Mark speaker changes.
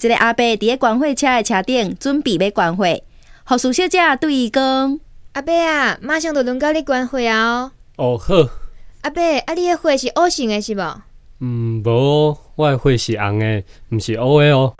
Speaker 1: 一个阿伯伫咧关火车的车顶准备要关火，护士小姐对伊讲：
Speaker 2: 阿伯啊，马上就轮到你关火啊、哦！
Speaker 3: 哦好，
Speaker 2: 阿伯，啊你的火是乌性的是无？
Speaker 3: 嗯无，我的血是红的，毋是乌的哦。